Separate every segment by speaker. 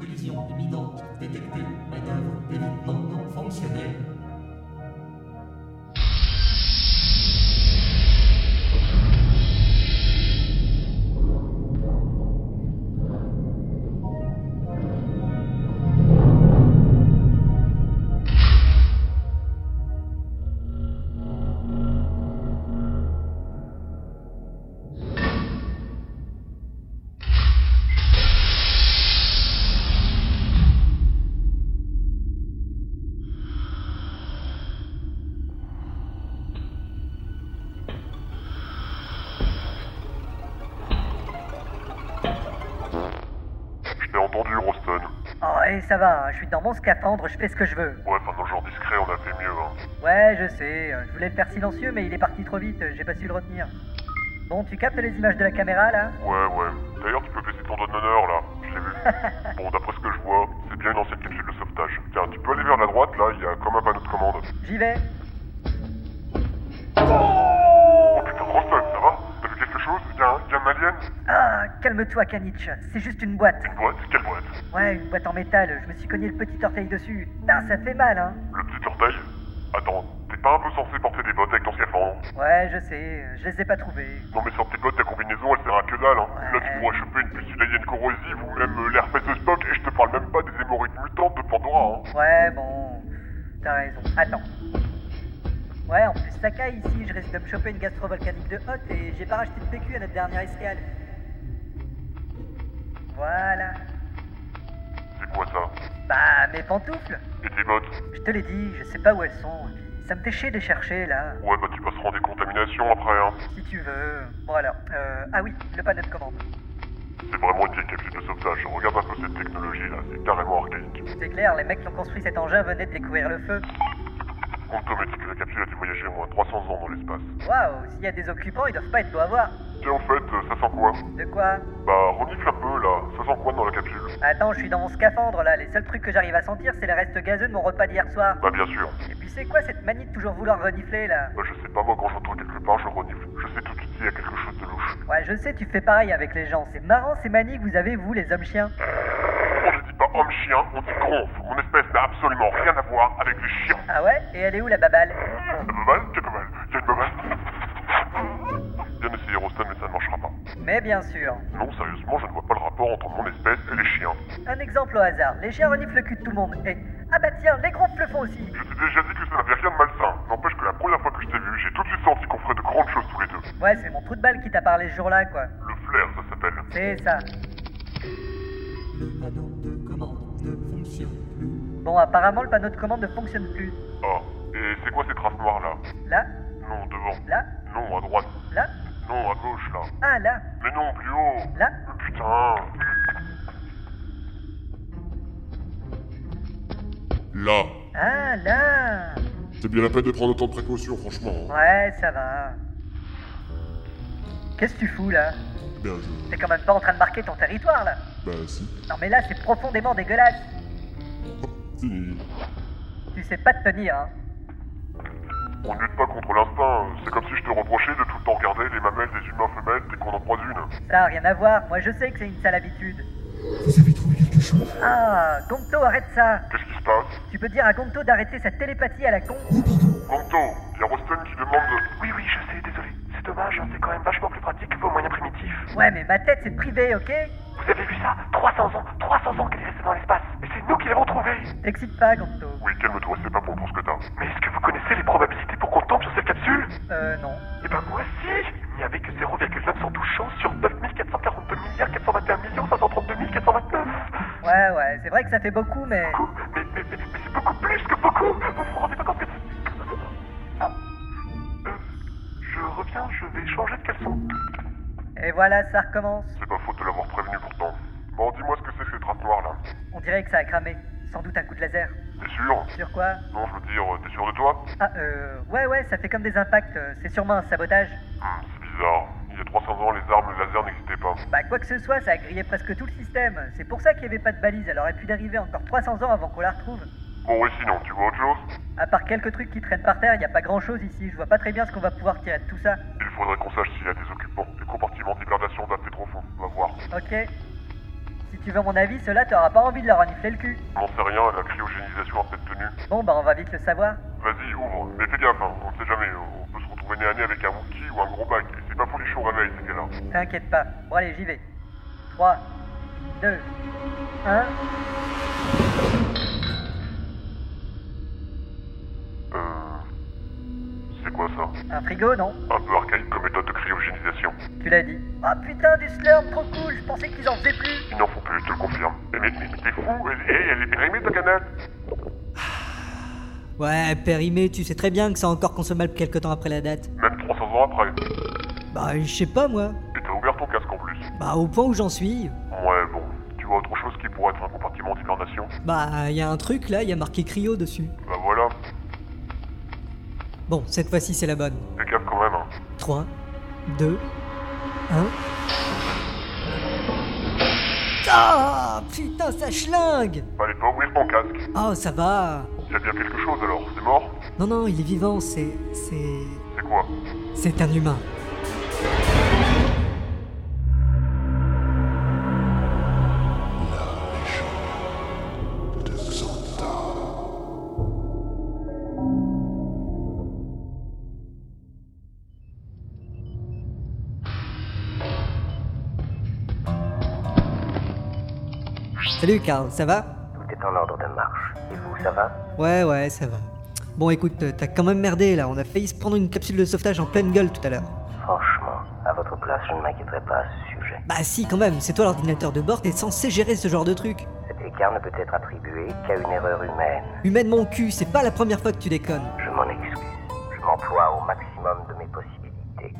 Speaker 1: Événement imminent, détecté, manœuvre d'évitement non fonctionnelle.
Speaker 2: Je t'ai entendu, Roston.
Speaker 3: Oh, et ça va, je suis dans mon scaphandre, je fais ce que je veux.
Speaker 2: Ouais, enfin, dans le genre discret, on a fait mieux, hein.
Speaker 3: Ouais, je sais, euh, je voulais le faire silencieux, mais il est parti trop vite, euh, j'ai pas su le retenir. Bon, tu captes les images de la caméra là
Speaker 2: Ouais, ouais. D'ailleurs, tu peux baisser ton doigt de l'honneur, là. Je l'ai vu. bon, d'après ce que je vois, c'est bien une ancienne capsule de sauvetage. Tiens, tu peux aller vers la droite, là, il y a comme un panneau de commande.
Speaker 3: J'y vais.
Speaker 2: Oh putain, Roston, ça va T'as vu quelque chose Il y, a un- il y a un alien
Speaker 3: Ah, calme-toi, Kanich, c'est juste une boîte.
Speaker 2: Une boîte Quelle boîte
Speaker 3: Ouais, une boîte en métal, je me suis cogné le petit orteil dessus. Putain, ça fait mal, hein
Speaker 2: Le petit orteil Attends, t'es pas un peu censé porter des bottes avec ton scaphandre hein
Speaker 3: Ouais, je sais, euh, je les ai pas trouvés.
Speaker 2: Non, mais sans tes bottes, ta combinaison, elle sert à que dalle, hein. Là, tu pourras choper une puce alien corrosive ou même euh, l'herpès de Spock, et je te parle même pas des hémorroïdes mutantes de Pandora, hein.
Speaker 3: Ouais, bon, t'as raison. Attends. Ouais, en plus, ça caille ici, je risque de me choper une gastrovolcanique de hotte et j'ai pas racheté de PQ à notre dernière escale. Voilà.
Speaker 2: C'est quoi ça
Speaker 3: Bah, mes pantoufles
Speaker 2: Et tes bottes
Speaker 3: Je te l'ai dit, je sais pas où elles sont, et puis ça me fait chier de les chercher, là.
Speaker 2: Ouais, bah tu passeras en décontamination après, hein.
Speaker 3: Si tu veux. Bon alors, euh, ah oui, le panneau de commande.
Speaker 2: C'est vraiment une vieille capsule de sauvetage. Regarde un peu cette technologie là, c'est carrément archaïque.
Speaker 3: C'est clair, les mecs qui ont construit cet engin venaient de découvrir le feu.
Speaker 2: On te dit que la capsule a dû voyager au moins 300 ans dans l'espace.
Speaker 3: Waouh, s'il y a des occupants, ils doivent pas être beaux à voir.
Speaker 2: Tiens, au fait, euh, ça sent quoi
Speaker 3: De quoi
Speaker 2: Bah, renifle un peu là, ça sent quoi dans la capsule
Speaker 3: Attends, je suis dans mon scaphandre là, les seuls trucs que j'arrive à sentir, c'est les restes gazeux de mon repas d'hier soir.
Speaker 2: Bah, bien sûr.
Speaker 3: Et puis c'est quoi cette manie de toujours vouloir renifler là
Speaker 2: Bah, je sais pas, moi quand j'entends quelque part, je renifle. Je sais tout de suite s'il y a quelque chose de louche.
Speaker 3: Ouais, je sais, tu fais pareil avec les gens, c'est marrant ces manies que vous avez, vous, les hommes chiens.
Speaker 2: On ne dit pas homme-chien, on dit gronf. Mon espèce n'a absolument rien à voir avec les chiens.
Speaker 3: Ah ouais Et elle est où la baballe
Speaker 2: La baballe Quelle baballe Il y a une baballe Bien essayé, Rostan, mais ça ne marchera pas.
Speaker 3: Mais bien sûr.
Speaker 2: Non, sérieusement, je ne vois pas le rapport entre mon espèce et les chiens.
Speaker 3: Un exemple au hasard, les chiens reniflent le cul de tout le monde, et... Ah bah tiens, les gronfles le font aussi
Speaker 2: Je t'ai déjà dit que ça n'avait rien de malsain. N'empêche que la première fois que je t'ai vu, j'ai tout de suite senti qu'on ferait de grandes choses tous les deux.
Speaker 3: Ouais, c'est mon trou de balle qui t'a parlé ce jour-là, quoi.
Speaker 2: Le flair, ça s'appelle.
Speaker 3: C'est ça.
Speaker 1: Le panneau de commande ne fonctionne plus.
Speaker 3: Bon, apparemment, le panneau de commande ne fonctionne plus.
Speaker 2: Ah, et c'est quoi ces traces noires là
Speaker 3: Là
Speaker 2: Non, devant.
Speaker 3: Là
Speaker 2: Non, à droite.
Speaker 3: Là
Speaker 2: Non, à gauche là.
Speaker 3: Ah, là
Speaker 2: Mais non, plus haut
Speaker 3: Là
Speaker 2: Mais Putain
Speaker 4: Là,
Speaker 3: Ah, là
Speaker 4: c'est bien la peine de prendre autant de précautions, franchement. hein.
Speaker 3: Ouais, ça va. Qu'est-ce que tu fous, là
Speaker 4: Ben, je...
Speaker 3: T'es quand même pas en train de marquer ton territoire, là
Speaker 4: Ben, si.
Speaker 3: Non, mais là, c'est profondément dégueulasse.
Speaker 4: Fini.
Speaker 3: Tu sais pas te tenir, hein.
Speaker 2: On ne lutte pas contre l'instinct. C'est comme si je te reprochais de tout le temps regarder les mamelles des humains femelles dès qu'on en croise une.
Speaker 3: Ça a rien à voir, moi je sais que c'est une sale habitude.
Speaker 1: Vous avez trouvé quelque chose
Speaker 3: Ah, Gonto, arrête ça
Speaker 2: Qu'est-ce qui se passe
Speaker 3: Tu peux dire à Gonto d'arrêter sa télépathie à la con
Speaker 1: Oh pardon,
Speaker 2: Gonto, il y a Roston qui demande...
Speaker 5: Oui, oui, je sais, désolé. C'est dommage, hein, c'est quand même vachement plus pratique que vos moyens primitifs.
Speaker 3: Ouais, mais ma tête, c'est privé, ok
Speaker 5: Vous avez vu ça 300 ans 300 ans qu'elle est restée dans l'espace Et c'est nous qui l'avons trouvée
Speaker 3: T'excites pas, Gonto.
Speaker 2: Oui, calme-toi, c'est pas bon pour ce que t'as.
Speaker 5: Mais est-ce que vous connaissez les probabilités pour qu'on tombe sur cette capsule
Speaker 3: Euh, non.
Speaker 5: Eh ben moi si Il n'y avait que 0,912 chances sur 9442 milliards 421 millions 532 429
Speaker 3: Ouais, ouais, c'est vrai que ça fait beaucoup, mais...
Speaker 5: Beaucoup Mais, mais, mais, mais c'est beaucoup plus que beaucoup Vous vous rendez pas compte que c'est... Ah. Euh, je reviens, je vais changer de caleçon.
Speaker 3: Et voilà, ça recommence.
Speaker 2: C'est pas faute de l'avoir prévenu pourtant. Bon, dis-moi ce que c'est que ces traces noires là.
Speaker 3: On dirait que ça a cramé. Sans doute un coup de laser.
Speaker 2: T'es sûr
Speaker 3: Sur quoi
Speaker 2: Non, je veux dire, euh, t'es sûr de toi
Speaker 3: Ah, euh... Ouais, ouais, ça fait comme des impacts. euh, C'est sûrement un sabotage.
Speaker 2: Hmm, C'est bizarre. Il y a 300 ans, les armes laser n'existaient pas.
Speaker 3: Bah, quoi que ce soit, ça a grillé presque tout le système. C'est pour ça qu'il y avait pas de balise. Elle aurait pu dériver encore 300 ans avant qu'on la retrouve.
Speaker 2: Bon, et sinon, tu vois autre chose
Speaker 3: À part quelques trucs qui traînent par terre, y a pas grand chose ici. Je vois pas très bien ce qu'on va pouvoir tirer de tout ça.
Speaker 2: Il faudrait qu'on sache s'il y a des occupants. Les compartiments d'hibernation datent trop fond. On va voir.
Speaker 3: Ok. Si tu veux mon avis, cela t'aura pas envie de leur renifler le cul.
Speaker 2: J'en sais rien, la cryogénisation a peut-être tenu.
Speaker 3: Bon, bah on va vite le savoir.
Speaker 2: Vas-y, ouvre, mais fais gaffe, hein, on ne sait jamais, on peut se retrouver nez à nez avec un Wookie ou un gros bac, et c'est pas folichon au réveil, ces gars-là.
Speaker 3: T'inquiète pas. Bon, allez, j'y vais. 3, 2, 1.
Speaker 2: Euh... C'est quoi ça
Speaker 3: Un frigo, non
Speaker 2: Un peu archaïque comme méthode de cryogénisation.
Speaker 3: Tu l'as dit. Oh putain, du slurm, trop cool, je pensais qu'ils en faisaient plus.
Speaker 2: Ils n'en font plus, je te le confirme. Mais, mais, mais t'es fou, elle, hey, elle est périmée ta canette
Speaker 6: Ouais, périmé, tu sais très bien que c'est encore consommable quelques temps après la date.
Speaker 2: Même 300 ans après.
Speaker 6: Bah, je sais pas moi.
Speaker 2: Et t'as ouvert ton casque en plus.
Speaker 6: Bah, au point où j'en suis.
Speaker 2: Ouais, bon, tu vois autre chose qui pourrait être un compartiment d'hibernation
Speaker 6: Bah, y a un truc là, y a marqué cryo dessus.
Speaker 2: Bah voilà,
Speaker 6: Bon, cette fois-ci, c'est la bonne.
Speaker 2: fais gaffe quand même, hein.
Speaker 6: 3, 2, 1. Ah Putain, ça schlingue
Speaker 2: Fallait pas ouvrir ton casque.
Speaker 6: Oh, ça va
Speaker 2: Y a bien quelque chose alors, c'est mort
Speaker 6: Non, non, il est vivant, c'est. c'est.
Speaker 2: C'est quoi
Speaker 6: c'est un humain. Salut Karl, ça va
Speaker 7: Tout est en ordre de marche. Et vous, ça va
Speaker 6: Ouais, ouais, ça va. Bon écoute, euh, t'as quand même merdé là, on a failli se prendre une capsule de sauvetage en pleine gueule tout à l'heure.
Speaker 7: Franchement, à votre place, je ne m'inquiéterais pas à ce sujet.
Speaker 6: Bah si quand même, c'est toi l'ordinateur de bord, t'es censé gérer ce genre de truc.
Speaker 7: Cet écart ne peut être attribué qu'à une erreur humaine.
Speaker 6: Humaine mon cul, c'est pas la première fois que tu déconnes.
Speaker 7: Je m'en excuse. Je m'emploie au maximum de mes possibilités.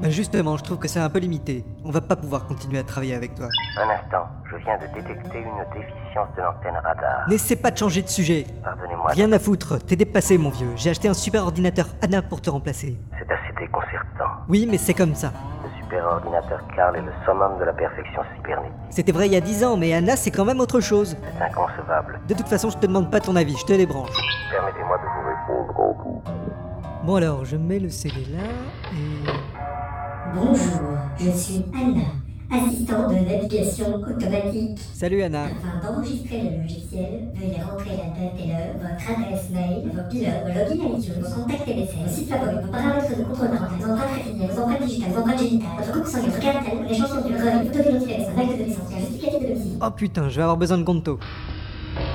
Speaker 6: Bah justement, je trouve que c'est un peu limité. On va pas pouvoir continuer à travailler avec toi.
Speaker 7: Un instant, je viens de détecter une déficience de l'antenne radar.
Speaker 6: N'essaie pas de changer de sujet.
Speaker 7: Pardonnez-moi,
Speaker 6: Rien à foutre, t'es dépassé mon vieux. J'ai acheté un super ordinateur ANA pour te remplacer.
Speaker 7: c'est assez déconcertant.
Speaker 6: Oui, mais c'est comme ça.
Speaker 7: Le superordinateur Carl est le summum de la perfection cybernétique.
Speaker 6: C'était vrai il y a 10 ans, mais ANA c'est quand même autre chose.
Speaker 7: C'est inconcevable.
Speaker 6: De toute façon, je te demande pas ton avis, je te les branche.
Speaker 7: Permettez-moi de vous répondre en bout.
Speaker 6: Bon alors, je mets le CD là et...
Speaker 8: Bonjour, je suis Anna, assistante de navigation automatique.
Speaker 6: Salut Anna.
Speaker 8: Afin d'enregistrer le logiciel, veuillez rentrer la date et l'heure, votre adresse mail, vos pilotes, vos logins à iTunes, vos contacts TBC, vos sites favoris, vos paramètres de contrôle parental, vos empreintes rétiniennes, vos empreintes digitales, vos empreintes génitales, votre coupe sanguine, votre caractère, les chansons du brevet, votre autobiologie, votre acte de naissance, la justificatif de domicile.
Speaker 6: Oh putain, je vais avoir besoin de Gonto.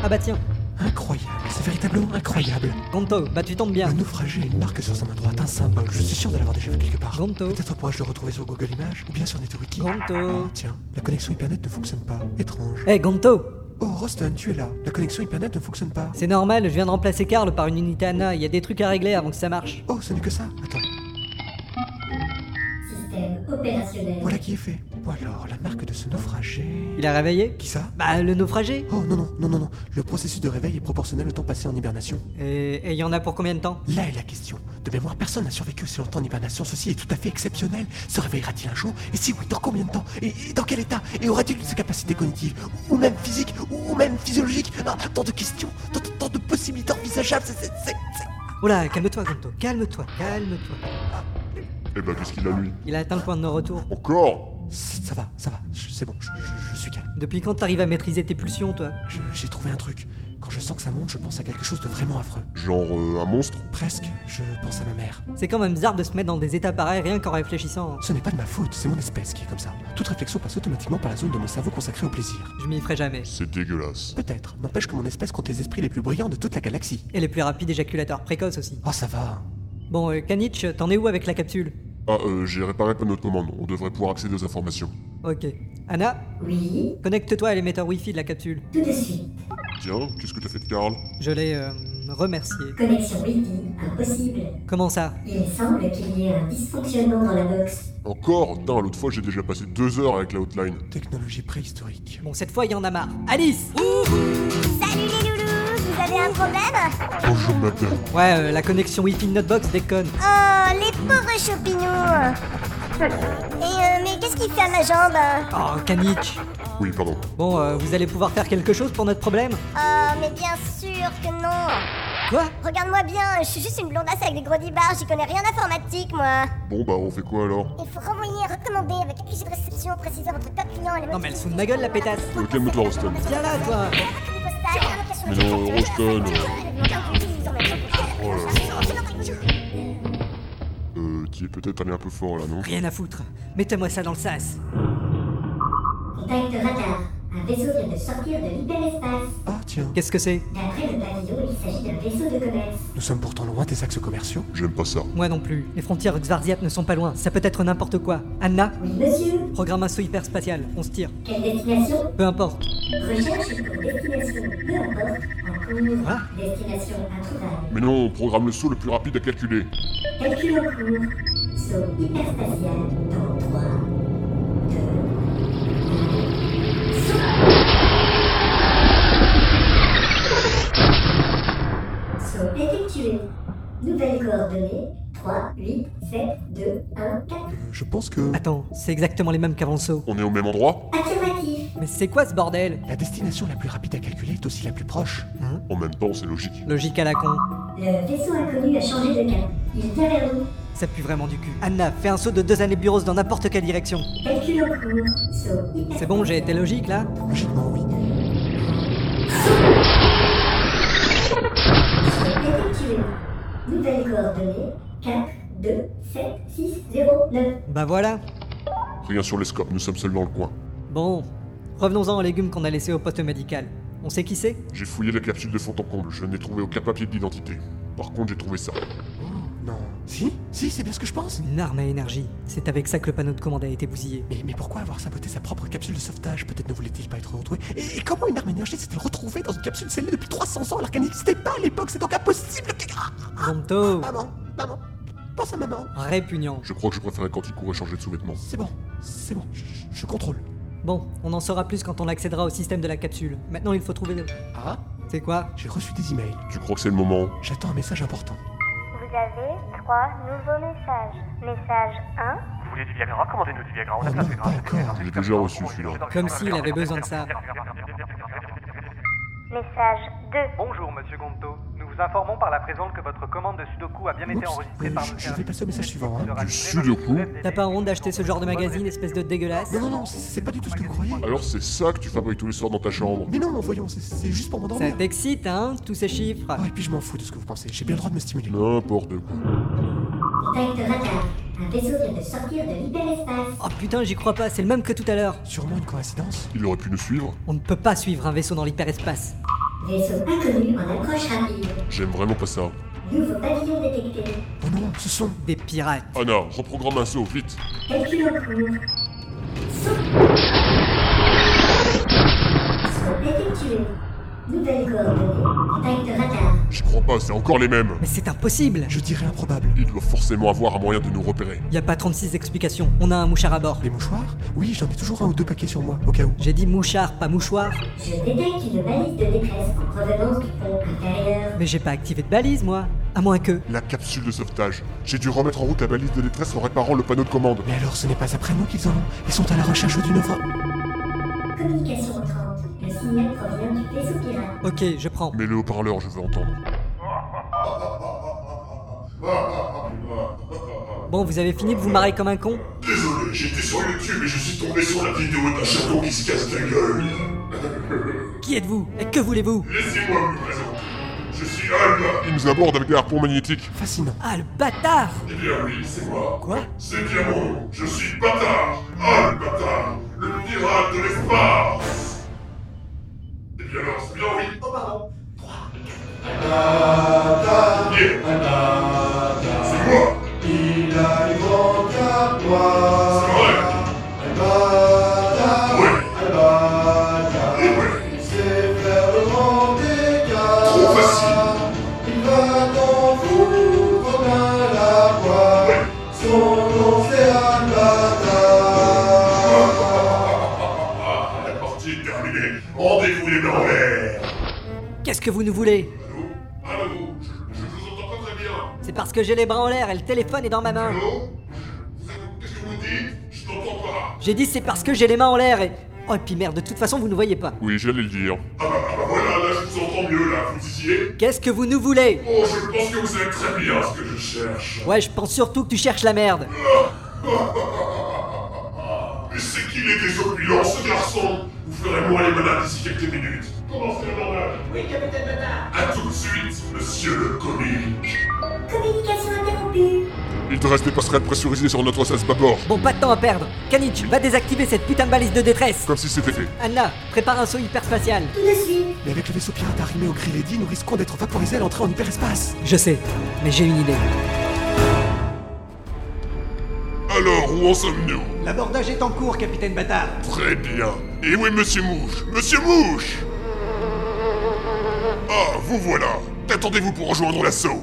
Speaker 6: Ah bah tiens,
Speaker 9: Incroyable, c'est véritablement incroyable.
Speaker 6: Gonto, bah tu tombes
Speaker 9: Un
Speaker 6: bien.
Speaker 9: naufragé, une marque sur sa main droite, un symbole, je suis sûr de l'avoir déjà vu quelque part.
Speaker 6: Gonto.
Speaker 9: Peut-être pourrais-je le retrouver sur Google Images ou bien sur NetWiki.
Speaker 6: Gonto.
Speaker 9: Ah, tiens, la connexion Hypernet ne fonctionne pas. Étrange.
Speaker 6: Eh Gonto,
Speaker 9: Oh, Rostan, tu es là. La connexion Hypernet ne fonctionne pas.
Speaker 6: c'est normal, je viens de remplacer Karl par une unité Anna, il y a des trucs à régler avant que ça marche.
Speaker 9: Oh, ce n'est que ça. Attends,
Speaker 8: Système opérationnel.
Speaker 9: voilà qui est fait. Ou alors, la marque de ce naufragé.
Speaker 6: Il a réveillé
Speaker 9: Qui ça
Speaker 6: Bah le naufragé.
Speaker 9: Oh non, non, non, non, non. Le processus de réveil est proportionnel au temps passé en hibernation.
Speaker 6: Et et il y en a pour combien de temps
Speaker 9: Là est la question. De mémoire, personne n'a survécu aussi longtemps en hibernation. Ceci est tout à fait exceptionnel. Se réveillera-t-il un jour Et si oui, dans combien de temps et, et dans quel état Et aura-t-il ses capacités cognitives Ou même physiques Ou même physiologiques Ah, Tant de questions, tant, tant- tant de possibilités envisageables. C'est, c'est- c'est- c'est-
Speaker 6: Oh là, calme-toi Gonto, calme-toi, calme-toi.
Speaker 4: Eh ben, qu'est-ce qu'il a, lui
Speaker 6: Il a atteint le point de non-retour.
Speaker 4: Encore
Speaker 9: Ça va, ça va. Je- c'est bon, je, je- je suis calme.
Speaker 6: Depuis quand t'arrives à maîtriser tes pulsions toi
Speaker 9: Je- j'ai trouvé un truc. Quand je sens que ça monte, je pense à quelque chose de vraiment affreux.
Speaker 4: Genre euh, un monstre
Speaker 9: Presque, je pense à ma mère.
Speaker 6: C'est quand même bizarre de se mettre dans des états pareils rien qu'en réfléchissant.
Speaker 9: Ce n'est pas de ma faute, c'est mon espèce qui est comme ça. Toute réflexion passe automatiquement par la zone de mon cerveau consacrée au plaisir.
Speaker 6: Je m'y ferai jamais.
Speaker 4: C'est dégueulasse.
Speaker 9: Peut-être, n'empêche que mon espèce compte les esprits les plus brillants de toute la galaxie.
Speaker 6: Et les plus rapides éjaculateurs précoces aussi.
Speaker 9: Oh, ça va.
Speaker 6: Bon, euh, Kanich, t'en es où avec la capsule
Speaker 4: Ah, euh, j'ai réparé le panneau de commande. On devrait pouvoir accéder aux informations.
Speaker 6: Ok. Anna,
Speaker 8: Oui,
Speaker 6: connecte-toi à l'émetteur Wi-Fi de la capsule.
Speaker 8: tout de suite.
Speaker 4: Tiens, qu'est-ce que t'as fait de Karl
Speaker 6: Je l'ai euh, remercié.
Speaker 8: Connexion Wi-Fi impossible.
Speaker 6: Comment ça
Speaker 8: Il semble qu'il y ait un dysfonctionnement dans la box.
Speaker 4: Encore Putain, l'autre fois, j'ai déjà passé deux heures avec la hotline.
Speaker 9: Technologie préhistorique.
Speaker 6: Bon, cette fois, il y en a marre. Alice
Speaker 10: Salut les loulous, vous avez un problème
Speaker 4: Bonjour, madame.
Speaker 6: Ouais, euh, la connexion Wi-Fi de notre box déconne.
Speaker 10: Oh, les pauvres champignons Et euh, mais qu'est-ce qui fait à ma jambe hein
Speaker 6: Oh, Kanich
Speaker 4: Oui, pardon.
Speaker 6: Bon, euh, vous allez pouvoir faire quelque chose pour notre problème
Speaker 10: Oh, mais bien sûr que non
Speaker 6: Quoi
Speaker 10: Regarde-moi bien, je suis juste une blondasse avec des gros dibards, j'y connais rien d'informatique, moi
Speaker 4: Bon, bah, on fait quoi alors
Speaker 10: Il faut renvoyer recommandé avec accusé de réception précisant votre code client et le
Speaker 6: Non, mais elle se fout de ma gueule, la pétasse
Speaker 4: Euh, Calme-toi, Roston.
Speaker 6: Viens là, toi
Speaker 4: Mais non, Roston. Oh là là. Euh, qui est peut-être allé un peu fort là, non
Speaker 6: Rien à foutre. Mettez-moi ça dans le sas.
Speaker 8: Contact radar. Un vaisseau vient de sortir de l'hyperespace.
Speaker 9: Ah tiens,
Speaker 6: Qu'est-ce que c'est
Speaker 8: D'après le pavillon, il s'agit d'un vaisseau de commerce.
Speaker 9: nous sommes pourtant loin des axes commerciaux.
Speaker 4: J'aime pas ça.
Speaker 6: Moi non plus. Les frontières Xvardiap ne sont pas loin. Ça peut être n'importe quoi. Anna
Speaker 8: Oui, monsieur.
Speaker 6: Programme assaut hyperspatial. On se tire.
Speaker 8: Quelle destination
Speaker 6: Peu importe.
Speaker 8: Recherche une destination. Peu importe. En cours.
Speaker 6: Quoi
Speaker 8: Destination introuvable.
Speaker 4: Mais non, programme le saut le plus rapide à calculer.
Speaker 8: Calcul en cours. Saut hyperspatial dans 3, 2, Saut effectué. Nouvelles coordonnées 3, 8, 7, 2, 1, 4.
Speaker 9: Euh, Je pense que...
Speaker 6: Attends, c'est exactement les mêmes qu'avant le saut.
Speaker 4: On est au même endroit
Speaker 8: Affirmatif.
Speaker 6: Mais c'est quoi ce bordel
Speaker 9: La destination la plus rapide à calculer est aussi la plus proche.
Speaker 4: En même temps, c'est logique.
Speaker 6: Logique à la con.
Speaker 8: Le vaisseau inconnu a changé de cap. Il vient vers nous.
Speaker 6: Ça pue vraiment du cul. Anna, fais un saut de deux années bureaux dans n'importe quelle direction.
Speaker 8: Calcul en cours. Saut hyper.
Speaker 6: C'est bon, j'ai été logique là
Speaker 9: Logiquement, oui.
Speaker 8: Saut effectué. Nouvelles coordonnées 4, 2, 7, 6, 0, 9.
Speaker 6: Bah voilà.
Speaker 4: Rien sur les scopes, nous sommes seuls dans le coin.
Speaker 6: Bon, revenons-en aux légumes qu'on a laissés au poste médical. On sait qui c'est
Speaker 4: J'ai fouillé la capsule de fond en comble, je n'ai trouvé aucun papier d'identité. Par contre, j'ai trouvé ça.
Speaker 9: Non. Si Si, c'est bien ce que je pense
Speaker 6: Une arme à énergie. C'est avec ça que le panneau de commande a été bousillé.
Speaker 9: mais, mais pourquoi avoir saboté sa propre capsule de sauvetage Peut-être ne voulait-il pas être retrouvé et, et comment une arme énergie s'est-elle retrouvée dans une capsule scellée depuis 300 ans alors qu'elle n'existait pas à l'époque C'est donc impossible que... Ah, ah,
Speaker 6: Zonto
Speaker 9: Maman Maman Pense à maman
Speaker 6: Répugnant.
Speaker 4: Je crois que je préférais quand il courait changer de sous-vêtements.
Speaker 9: C'est bon, c'est bon, je- je contrôle.
Speaker 6: Bon, on en saura plus quand on accédera au système de la capsule. Maintenant, il faut trouver le...
Speaker 9: Ah
Speaker 6: C'est quoi
Speaker 9: J'ai reçu des emails.
Speaker 4: Tu crois que c'est le moment
Speaker 9: J'attends un message important.
Speaker 10: Vous avez trois nouveaux messages. Message 1.
Speaker 5: Vous voulez du Viagra Commandez nous du Viagra, on
Speaker 3: Ah,
Speaker 5: a
Speaker 9: Oh non,
Speaker 5: plein de Viagra.
Speaker 9: pas encore.
Speaker 4: Je l'ai déjà reçu celui-là.
Speaker 6: Comme s'il avait besoin de ça.
Speaker 10: Message 2.
Speaker 3: Bonjour, monsieur Gonto. Nous vous informons par la présente que votre commande de Sudoku a bien été
Speaker 9: Oups,
Speaker 3: enregistrée
Speaker 9: euh,
Speaker 3: par
Speaker 9: je-
Speaker 3: le
Speaker 9: je vais passer au message suivant, hein.
Speaker 4: Du Sudoku
Speaker 6: T'as pas honte d'acheter ce genre de magazine, espèce de dégueulasse
Speaker 9: Non, non, non, c'est- c'est pas du tout ce que vous croyez.
Speaker 4: Alors c'est ça que tu fabriques tous les soirs dans ta chambre
Speaker 9: Mais non, voyons, c'est- c'est juste pour
Speaker 6: Ça
Speaker 9: m'endormir.
Speaker 6: t'excite, hein, tous ces chiffres
Speaker 9: Oh, et puis je m'en fous de ce que vous pensez, j'ai bien le droit de me stimuler.
Speaker 4: N'importe quoi.
Speaker 8: Contact radar. Un vaisseau vient de sortir de l'hyperespace.
Speaker 6: Oh putain, j'y crois pas, c'est le même que tout à l'heure
Speaker 9: Sûrement une coïncidence
Speaker 4: Il aurait pu nous suivre
Speaker 6: On ne peut pas suivre un vaisseau dans l'hyperespace.
Speaker 8: Vaisseau inconnu en approche rapide.
Speaker 4: J'aime vraiment pas ça.
Speaker 8: Nouveau pavillon détecté.
Speaker 9: Oh non, ce sont...
Speaker 6: Des pirates.
Speaker 4: Anna, reprogramme un saut, vite
Speaker 8: Calcul en cours. Saut. Saut effectué. Nouvelle coordonnée. Contact radar.
Speaker 4: J'y crois pas, c'est encore les mêmes
Speaker 6: Mais c'est impossible
Speaker 9: Je dirais improbable.
Speaker 4: Il doit forcément avoir un moyen de nous repérer.
Speaker 6: Y a pas 36 explications, on a un mouchard à bord.
Speaker 9: Les mouchoirs Oui, j'en ai toujours un ou deux paquets sur moi, au cas où.
Speaker 6: J'ai dit mouchard, pas mouchoir.
Speaker 8: Je détecte une balise de détresse en provenance du pont intérieur.
Speaker 6: Mais j'ai pas activé de balise, moi. À moins que.
Speaker 4: La capsule de sauvetage. J'ai dû remettre en route la balise de détresse en réparant le panneau de commande.
Speaker 9: Mais alors, ce n'est pas après nous qu'ils en ont. Ils sont à la recherche d'une œuvre.
Speaker 8: Communication 30. Le signal provient du vaisseau pirate.
Speaker 6: Ok, je prends.
Speaker 4: Mets le haut-parleur, je veux entendre.
Speaker 6: Bon, vous avez fini de vous marrer comme un con
Speaker 2: Désolé, j'étais sur YouTube et je suis tombé sur la vidéo d'un chaton qui se casse la gueule.
Speaker 6: Qui êtes-vous Et que voulez-vous
Speaker 2: Laissez-moi me présenter. Je suis Alba.
Speaker 4: Il nous aborde avec des harpons magnétiques.
Speaker 9: Fascinant.
Speaker 6: Ah, le bâtard
Speaker 2: Eh bien oui, c'est moi.
Speaker 6: Quoi
Speaker 2: C'est bien moi. Je suis Bâtard. Al Bâtard. Le pirate de l'espace. Eh bien alors, c'est bien oui. Oh pardon. 3, 4. C'est moi. C'est vrai. Ouais. Eh ouais. Trop facile. Ouais. La partie est terminée. Rendez-vous les blancs en l'air.
Speaker 6: Qu'est-ce que vous nous voulez
Speaker 2: Allô Allô je, je vous entends pas très bien.
Speaker 6: C'est parce que j'ai les bras en l'air et le téléphone est dans ma main.
Speaker 2: Allô Vous êtes- Qu'est-ce que vous dites Je t'entends pas.
Speaker 6: J'ai dit c'est parce que j'ai les mains en l'air et. Oh, et puis merde, de toute façon, vous ne voyez pas.
Speaker 4: Oui, j'allais le dire.
Speaker 2: Ah bah, ah bah voilà, là je vous entends mieux, là. Vous disiez
Speaker 6: Qu'est-ce que vous nous voulez
Speaker 2: Oh, je pense que vous savez très bien ce que je cherche.
Speaker 6: Ouais, je pense surtout que tu cherches la merde.
Speaker 11: c'est qu'il est désopilant, ce garçon Vous ferez mourir les malades d'ici quelques minutes. Commencez le bordel
Speaker 12: Oui, capitaine Bâtard
Speaker 11: À tout de suite, monsieur le comique
Speaker 8: Communication interrompue.
Speaker 4: Il te reste des passerelles pressurisées sur notre sas bâbord.
Speaker 6: Bon, pas de temps à perdre. Kanich, va désactiver cette putain de balise de détresse.
Speaker 4: Comme si c'était fait.
Speaker 6: Anna, prépare un saut hyperspatial.
Speaker 8: Tout de suite.
Speaker 9: Mais avec le vaisseau pirate arrimé au Grillady, nous risquons d'être vaporisés à l'entrée en hyperespace.
Speaker 6: Je sais, mais j'ai une idée.
Speaker 4: Alors, où en sommes-nous
Speaker 12: L'abordage est en cours, capitaine Bâtard.
Speaker 4: Très bien. Et où est Monsieur Mouche Monsieur Mouche Ah, vous voilà. Qu'attendez-vous pour rejoindre l'assaut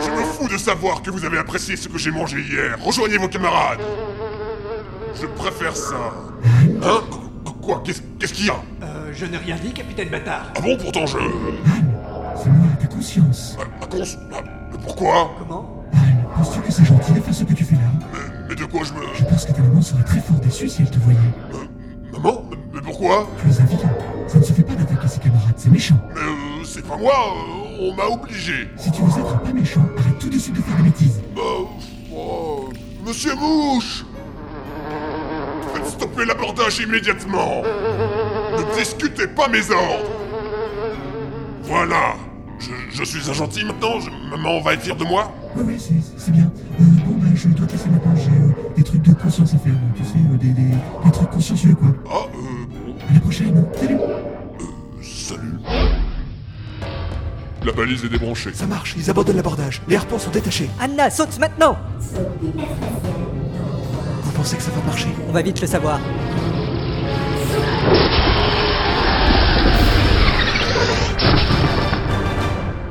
Speaker 4: Je me fous de savoir que vous avez apprécié ce que j'ai mangé hier. Rejoignez vos camarades. Je préfère ça. Hein Qu- Quoi Qu'est-ce qu'est-ce qu'il y a
Speaker 12: Euh, je n'ai rien dit, capitaine Bâtard.
Speaker 4: Ah bon, pourtant je...
Speaker 13: C'est moi ta conscience. Ah,
Speaker 4: Ah, cons- ah, mais pourquoi
Speaker 12: Comment
Speaker 13: Penses-tu que c'est gentil de faire ce que tu fais là
Speaker 4: Mais de quoi je me...
Speaker 13: Je pense que ta maman serait très fort déçue si elle te voyait.
Speaker 4: Maman Mais- Mais pourquoi
Speaker 13: Tu es un vilain. Ça ne se fait pas d'attaquer ses camarades, c'est méchant.
Speaker 4: Mais euh, c'est pas moi, euh, on m'a obligé.
Speaker 13: Si tu veux être pas méchant, arrête tout de suite de faire des bêtises.
Speaker 4: Bah, oh, Monsieur Mouche Faites stopper l'abordage immédiatement Ne discutez pas mes ordres Voilà je, je suis un gentil maintenant je- Maman va être fière de moi
Speaker 13: Ouais, ouais, c'est, c'est bien. Euh, bon, bah, je dois te laisser maintenant. J'ai euh, des trucs de conscience à faire, donc, tu sais, euh, des, des, des trucs consciencieux, quoi.
Speaker 4: Ah, euh...
Speaker 13: À la prochaine. Salut.
Speaker 4: Salut La balise est débranchée.
Speaker 9: Ça marche, ils abandonnent l'abordage. Les harpons sont détachés.
Speaker 6: Anna, saute maintenant
Speaker 9: Vous pensez que ça va marcher
Speaker 6: On va vite le savoir.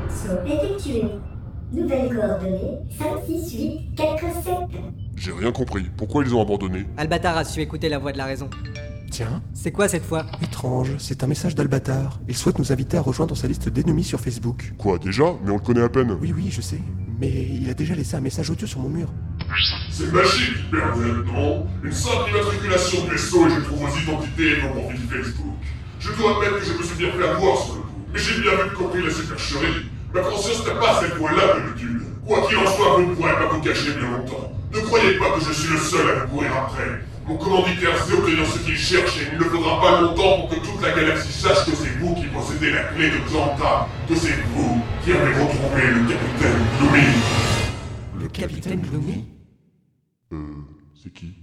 Speaker 8: Saut effectué. Nouvelles coordonnées 5, 6, 8, 4, 7.
Speaker 4: J'ai rien compris. Pourquoi ils ont abandonné
Speaker 6: Albatar a su écouter la voix de la raison.
Speaker 9: Tiens.
Speaker 6: C'est quoi cette fois
Speaker 9: Étrange, c'est un message d'Albatar. Il souhaite nous inviter à rejoindre sa liste d'ennemis sur Facebook.
Speaker 4: Quoi, déjà Mais on le connaît à peine.
Speaker 9: Oui, oui, je sais. Mais il a déjà laissé un message audio sur mon mur.
Speaker 11: C'est magique, père lieutenant. Une simple immatriculation du vaisseau et je trouve vos identités et vos profils Facebook. Je dois admettre que je me suis bien fait avoir sur le coup, mais j'ai bien vite compris la supercherie. Ma conscience n'a pas à ce point-là d'habitude. Quoi qu'il en soit, vous ne pourrez pas vous cacher bien longtemps. Ne croyez pas que je suis le seul à vous courir après. Mon commanditaire sait obtenir ce qu'il cherche et il ne faudra pas longtemps pour que toute la galaxie sache que c'est vous qui possédez la clé de Xanta, que c'est vous qui avez retrouvé le capitaine Gloomy.
Speaker 9: Le capitaine Gloomy
Speaker 4: C'est qui